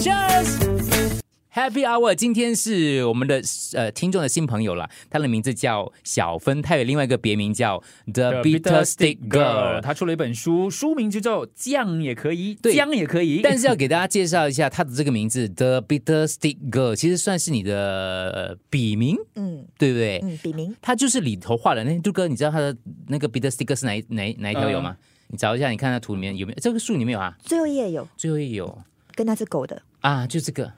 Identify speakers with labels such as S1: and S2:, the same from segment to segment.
S1: Happy，Cheers。Happy Hour，今天是我们的呃听众的新朋友啦，他的名字叫小芬，他有另外一个别名叫 The Bitter Stick Girl，
S2: 她出了一本书，书名就叫《酱也可以，
S1: 对
S2: 姜也可以》，
S1: 但是要给大家介绍一下他的这个名字 The Bitter Stick Girl，其实算是你的呃笔名，
S3: 嗯
S1: 对不对？
S3: 嗯，笔名
S1: 他就是里头画的那杜哥，你知道他的那个 Bitter Stick 是哪一哪一哪一条有吗？
S2: 嗯
S1: 你找一下，你看他图里面有没有？这个树里面有啊，
S3: 最后一页有
S1: 最后一
S2: 啊
S1: 有
S3: 跟那只狗的，
S1: 啊，就这个。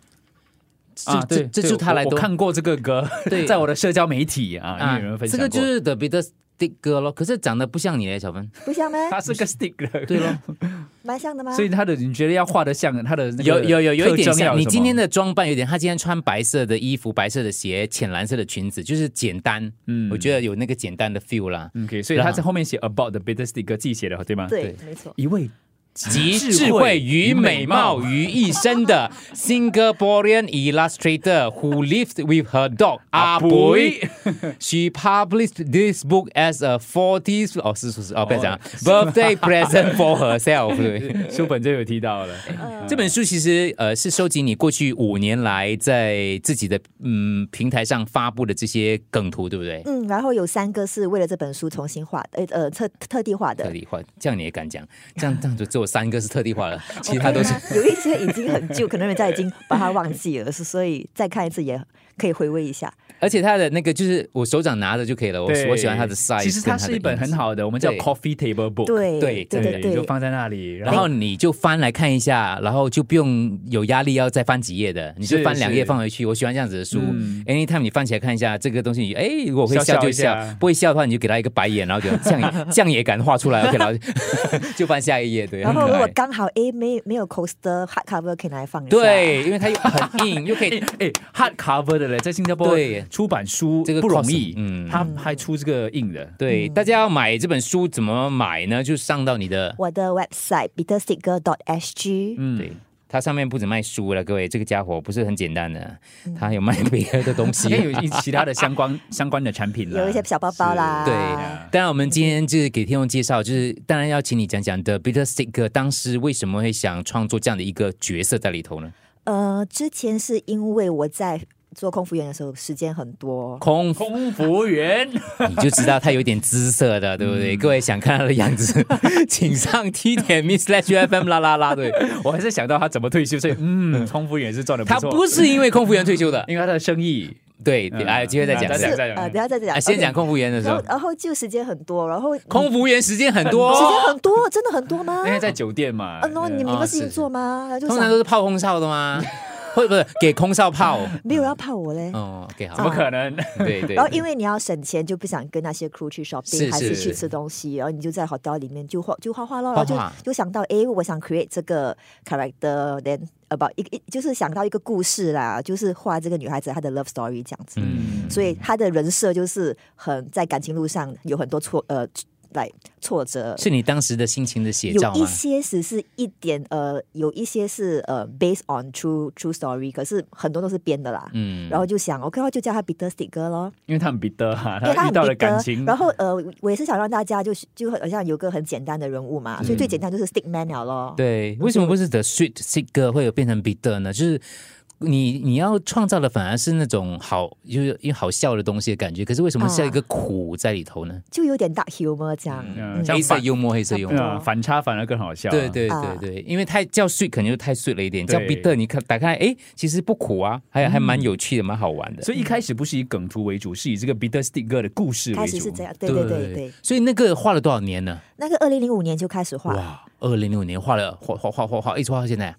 S1: 这
S2: 啊，
S1: 这
S2: 对，
S1: 这
S2: 对
S1: 就他来
S2: 我
S1: 多
S2: 我看过这个歌，
S1: 对
S2: 在我的社交媒体啊，因为
S1: 啊
S2: 有人分，
S1: 这
S2: 享
S1: 个
S2: 过。
S1: 就是 The Bitter Stick Girl 咯。可是长得不像你嘞，小芬。
S3: 不像吗？
S2: 它是个 stick 的，
S1: 对咯，
S3: 蛮像的 吗？
S2: 所以它的你觉得要画的像它的那个
S1: 有有有有一点
S2: 特征要
S1: 像你
S2: 什么
S1: 今天的装扮，有点。他今天穿白色的衣服、白色的鞋、浅蓝色的裙子，就是简单。
S2: 嗯
S1: 我觉得有那个简单的 feel 啦。
S2: OK，所以他在后面写 about the bitter stick 自己写的对吗？
S3: 对，没错。
S2: 一位
S1: 集智慧与美貌于一身的 Singaporean illustrator who lived with her dog 阿伯。She published this book as a 40s 哦是是是哦不要讲了 birthday present for herself 对。
S2: 书本就有提到了，
S1: 这本书其实呃是收集你过去五年来在自己的嗯平台上发布的这些梗图，对不对？
S3: 嗯，然后有三个是为了这本书重新画，呃呃，特特地画
S1: 特
S3: 的，
S1: 地化，这样你也敢讲？这样这样就只有三个是特地化的，其他都是
S3: 有一些已经很旧，可能人家已经把它忘记了，是所以再看一次也可以回味一下。
S1: 而且它的那个就是我手掌拿着就可以了，我
S2: 对
S1: 我喜欢它的 size。
S2: 其实它是一本很，好的，我们叫
S1: 对
S2: coffee table book。
S3: 对
S1: 对
S3: 对对
S2: 就
S3: 对，
S2: 放在那里，然
S1: 然
S2: 后
S1: 后你就翻来看一下，然后就不用有压力要再翻几页的，你就是翻两页
S2: 是
S1: 放回去。我喜欢这样子的书、
S2: 嗯
S1: a n y t i m e 你翻起来看一下这个东西你，哎，如果会
S2: 笑
S1: 笑就
S2: 笑
S1: 笑，
S2: 一下
S1: 不会笑的话你就给他一个白眼，然后就这 样这样也敢画出来，OK，然后就就翻下一页，对，
S3: 然
S1: 很
S3: 后
S1: 可
S3: 如果
S1: 爱。
S3: 刚好诶没没有 coaster hard cover 可以拿来放一下，，
S1: 对，因为它又很硬，又可 以
S2: 哎哎，hard cover 的嘞，在新加坡
S1: 对
S2: 出版书
S1: 这个
S2: 不容
S1: cost，
S2: 易，
S1: 嗯
S2: 他还出这个硬的，
S1: 对，大家要买这本书怎么买呢？就上到你的，
S3: 我的 website bittersticker dot sg，
S2: 嗯
S1: 对，它上面不止卖书了，各位，这个家伙不是很简单的，它有卖别的东西。
S2: 也有一其他的相关相关的产品啦，
S3: 有一些小包包
S1: 嗯
S3: 啦，
S1: 对
S2: 啊，
S1: 当然我们今天就是给听众介绍，就是当然要请你讲讲的 Bitter Stick 当时为什么会想创作这样的一个角色在里头呢？
S3: 呃，之前是因为我在做空服员的时候时间很多，
S1: 空腹
S2: 空服员，
S1: 你就知道他有点姿色的，对不对？各位想看他的样子，请上 T 点 Miss Slash FM 啦啦啦，对。
S2: 我还是想到他怎么退休，所以嗯，空服员是赚的
S1: 他
S2: 不错，
S1: 不是因为空服员退休的，
S2: 因为他的生意，
S1: 对，
S2: 嗯
S1: 来有机会再讲
S2: 嗯。
S3: 是
S2: 再讲
S3: 呃，不要再讲
S1: 啊，，先讲
S3: OK 嗯
S1: 空服员的时
S3: 然
S1: 候
S3: 后，然后就时间很多，然后
S1: 空哎服员时间很多，
S3: 时间很多，真的很多吗
S2: 因？为在酒店嘛
S3: 啊，no，你们你
S1: 哦
S3: 们事
S1: 是
S3: 情做吗？然后就
S1: 通常
S3: 想
S1: 都是泡空少的吗？会不会给空少泡？
S3: 没有人要怕我嘞。
S1: 哦，OK，好，
S2: 怎么可 能？
S1: 对对。
S3: 啊然后因为你要省钱，就不想跟那些 crew 去 shopping，
S1: 是
S3: 还是
S1: 是
S3: 去吃东西，然后你就在 hotel 里面就画就画画咯，
S1: 画
S3: 然后
S1: 画
S3: 就就想到，诶，我想 create 这个 character，then about 一一就是想到一个故事啦，就是画这个女孩子她的 love story 这样子，
S1: 嗯
S3: 所以她的人设就是很在感情路上有很多挫呃来挫折，
S1: 是你当时的心情的写照
S3: 有一
S1: 吗？
S3: 些只是一点呃，有一些是呃 based on true true story，可是很多都是编的啦。
S1: 嗯
S3: 然后就想，OK，就叫他 Bitter Sticker 咯，
S2: 因为他很彼得哈，
S3: 因为
S2: 啊遇
S3: 很
S2: 到了感
S3: bitter。
S2: 情，
S3: 然后呃，我也是想让大家就是就好像有个很简单的人物
S2: 嗯
S3: 嘛，所以最简单就是 Stick Man 了咯。
S1: 对，为什么不是 The Sweet Sick Girl 会有变成 Bitter 呢？就是你你要创造的反而是那种好，就是因为好笑的东西的感觉，可是为什么是要一个苦在里头呢？
S3: 就有点 dark humor 这样。
S2: 嗯这
S1: 黑
S2: 样
S1: 色
S2: 反
S1: 幽默，黑色幽
S3: 差不
S1: 默。
S3: 多
S2: 嗯反差反而更好笑，
S1: 对对
S3: 啊
S1: 对对，因为太叫 sweet 可能就太 sweet 了一点，叫
S2: 对
S1: bitter 你看打开，哎，其实不苦啊，还还
S3: 嗯
S1: 蛮有趣的，蛮好玩的。
S2: 所以一开始不是以梗图为主，是以这个 Bitter Sticker 的故事为
S3: 开始
S2: 主
S3: 是。这样，对对对对。
S1: 所以那个画了多少年呢？
S3: 那个二零零五年就开始画，
S1: 哇，二零零五年画了画画画画画，一直画到现在。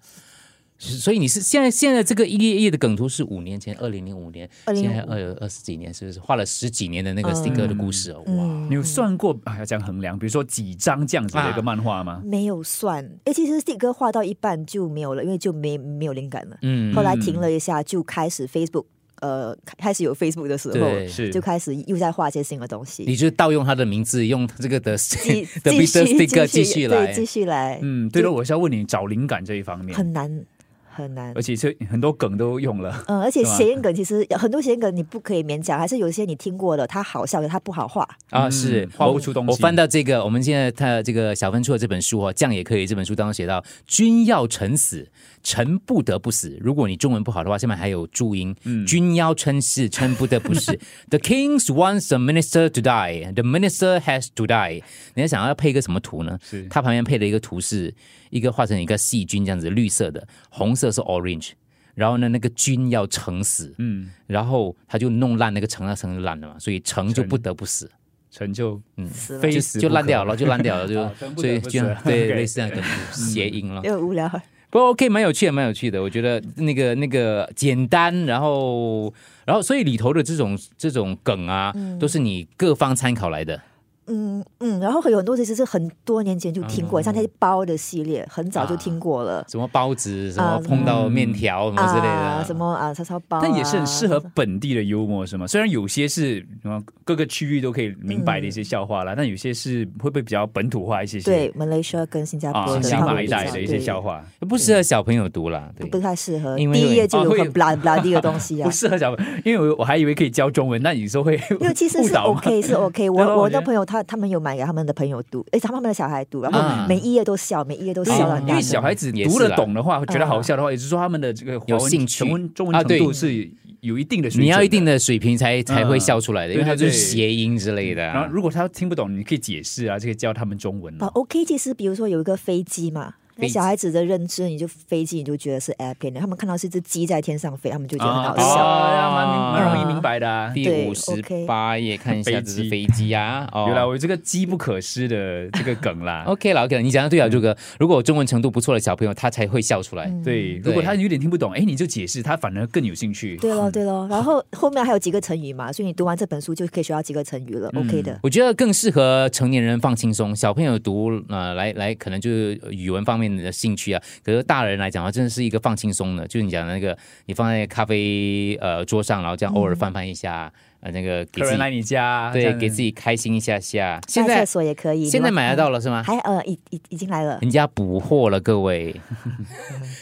S1: 是所以你是现在现在这个一页一页的梗图是五年前，二零零五年，
S3: 2005
S1: 现在二二十几年，是不是画了十几年的那个 sticker 的故事哦？哇，
S3: 嗯
S2: 你有算过啊？要这样衡量，比如说几张这样子的一
S3: 啊
S2: 个漫画吗？
S3: 没有算。哎，其实 Stick 哥画到一半就没有了，因为就没没有灵感了。
S1: 嗯
S3: 后，来停了一下，就开始 Facebook，呃，开始有 Facebook 的时
S1: 对
S3: 候，
S2: 是
S3: 就开始又在画一些新的东西
S1: 你，就盗用他的名字，用这个的
S3: 继
S1: 的 b i t t e r sticker 继
S3: 继
S1: 续
S3: 续
S1: 来
S2: 嗯
S3: 对，继续来，
S2: 嗯，对了，我是要问你找灵感这一方面，
S3: 很难很难
S2: 而。且是很多梗都用 了。
S3: 嗯，而且
S2: 是吧
S3: 谐音梗其实很多谐音梗你不可以勉强，还是有一些你听过了，它好笑，可它不好画。
S1: 啊，
S2: 嗯
S1: 是
S2: 画不
S1: 我
S2: 出东
S1: 我
S2: 西
S1: 翻到这个，我们现在他这个小分出的这本书哦，《酱也可以》这本书当中写到“君要臣死，臣不得不死”。如果你中文不好的话，下面还有注音：“君要臣死，臣不得不死。”The king wants the minister to die. The minister has to die. 你在想要配一个什么图呢？
S2: 是
S1: 它旁边配了一个图是一个画成一个细菌这样子，绿色的，红色是 orange。然后呢，那个君要臣死，嗯，然后他就弄烂那个城，那城就烂了嘛，所以城就
S2: 臣
S1: 不得不死。
S2: 成就
S1: 嗯，
S3: 死了
S2: 非
S1: 就
S2: 死
S1: 就
S2: 不
S1: 烂
S2: 可
S1: 掉了，就烂掉了，就
S2: 啊分不
S1: 所以
S2: 得不
S1: 就
S2: 舍
S1: 对
S2: OK
S1: 类似这样的谐音了。
S2: 嗯
S3: 有点无聊。
S1: 不过 OK，蛮有趣的，蛮有趣的。我觉得那个那个简单，然后然后所以里头的这种这种梗啊，都是你各方参考来的。
S3: 嗯嗯，然后有很多其实是很多年前就听过，像那些包的系列，很早就听过了
S1: 什么包子，什么
S3: 啊
S1: 碰到面条，什么之类的，
S3: 什么啊，叉烧包啊，
S2: 但也是很适合本地的幽默，是吗？虽然有些是什么各个区域都可
S3: 嗯
S2: 以明白的一些笑话啦，但有些是会不会比较本土化一些些？
S3: 对马来西亚跟新加
S2: 啊
S3: 坡，的
S2: 新
S3: 那
S2: 马
S3: 个
S2: 一
S3: 比
S2: 代
S3: 较
S2: 的一些
S3: 对
S2: 笑话，
S1: 不适合小朋友读啦。
S3: 不
S1: 对
S3: 不，太适合，
S1: 因为
S3: 第一页就
S2: 啊
S3: 有
S2: 会
S3: 很 blah blah 的一个东西啊
S2: 不。适合小朋友，因为我我还以为可以教中文，那你说会
S3: 因为其实
S2: 误
S3: 是
S2: 导吗
S3: OK 是
S2: 对
S3: OK，
S2: 咯
S3: 我
S2: 我
S3: 我
S2: 觉
S3: 的
S2: 得
S3: 朋友他他们有买给他们的朋友读，哎，他们的小孩读，然
S1: 啊
S3: 后每一页都笑，每一页都
S2: 对
S3: 笑到
S1: 啊
S3: 很
S2: 因
S3: 大
S2: 为
S3: 声
S2: 小孩子
S1: 也是
S2: 读得
S1: 啦
S2: 懂的话，觉得好笑的话，也就是说他们的这个华
S1: 有
S2: 文
S1: 兴趣
S2: 中文中
S1: 啊
S2: 文
S1: 对
S2: 程度是有一定的水
S1: 你要
S2: 准
S1: 一定的水平才才会
S2: 嗯
S1: 笑出来的，因
S2: 对
S1: 为它
S2: 对
S1: 就是
S2: 对
S1: 谐音之类的啊。
S2: 然后如果他听不懂，你可以解释啊，这个教他们中文
S3: 啊
S2: 啊。
S3: ，OK，其实比如说有一个飞机嘛，那
S1: 飞机
S3: 小孩子的认知，你就飞机你就觉得是 airplane，他们看到是一只鸡在天上飞，他们就觉得很好笑。
S2: 啊蛮明蛮容易
S3: 啊
S2: 明白的啊。
S1: 第
S3: 对
S1: 五十
S3: ，OK
S1: 八页看一下，这是
S2: 飞机
S1: 飞机啊。哦
S2: 原来我有这个机不可失的这个梗 啦。
S1: OK 了，OK 了，你讲的对啊，朱
S2: 嗯
S1: 哥。如果中文程度不错的小朋友，他才会笑出来。
S3: 嗯
S2: 对，
S1: 嗯对
S2: 如果他有点听不懂，哎，你就解释，他反而更有兴趣。
S3: 对咯，对咯，然后后面还有几个成语嘛，所以你读完这本书就可以学到几个成语了、o k
S2: 嗯
S3: 的。
S1: 我觉得更适合成年人放轻松，小朋友读呃来来，可能就是语文方面的兴趣啊。可是大人来讲的话，真的是一个放轻松的，就是你讲的那个，你放在咖啡呃桌上，然后这样偶尔翻翻一下，呃那个给
S2: 客
S1: 自
S2: 嗯人来
S1: 己
S2: 你家，这
S1: 对
S2: 样
S1: 给自己开心一下下。现
S3: 上厕
S1: 在
S3: 所也可以，
S1: 现在
S3: 你们
S1: 买得到了是吗？
S3: 还呃，已已已经来了。
S1: 人家补货了，各 位，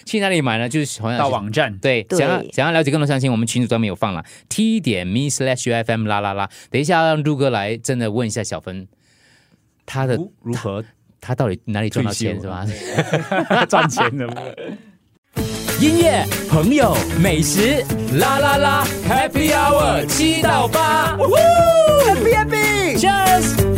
S1: 去哪里买呢？就是好像
S2: 到网站。
S1: 对，
S3: 对
S1: 想要想要了解更多详情，我们群组专门有放了 t 点 me slash ufm 啦啦啦。等一下让陆哥来真的问一下小芬，他的
S2: 如如何
S1: 他到底哪里赚到钱
S2: 哦退
S1: 是
S2: 休
S1: 吧
S2: 了？ 赚钱的？
S1: 音乐、朋友、美食，啦啦啦，Happy Hour 七到八，Happy Happy，Cheers。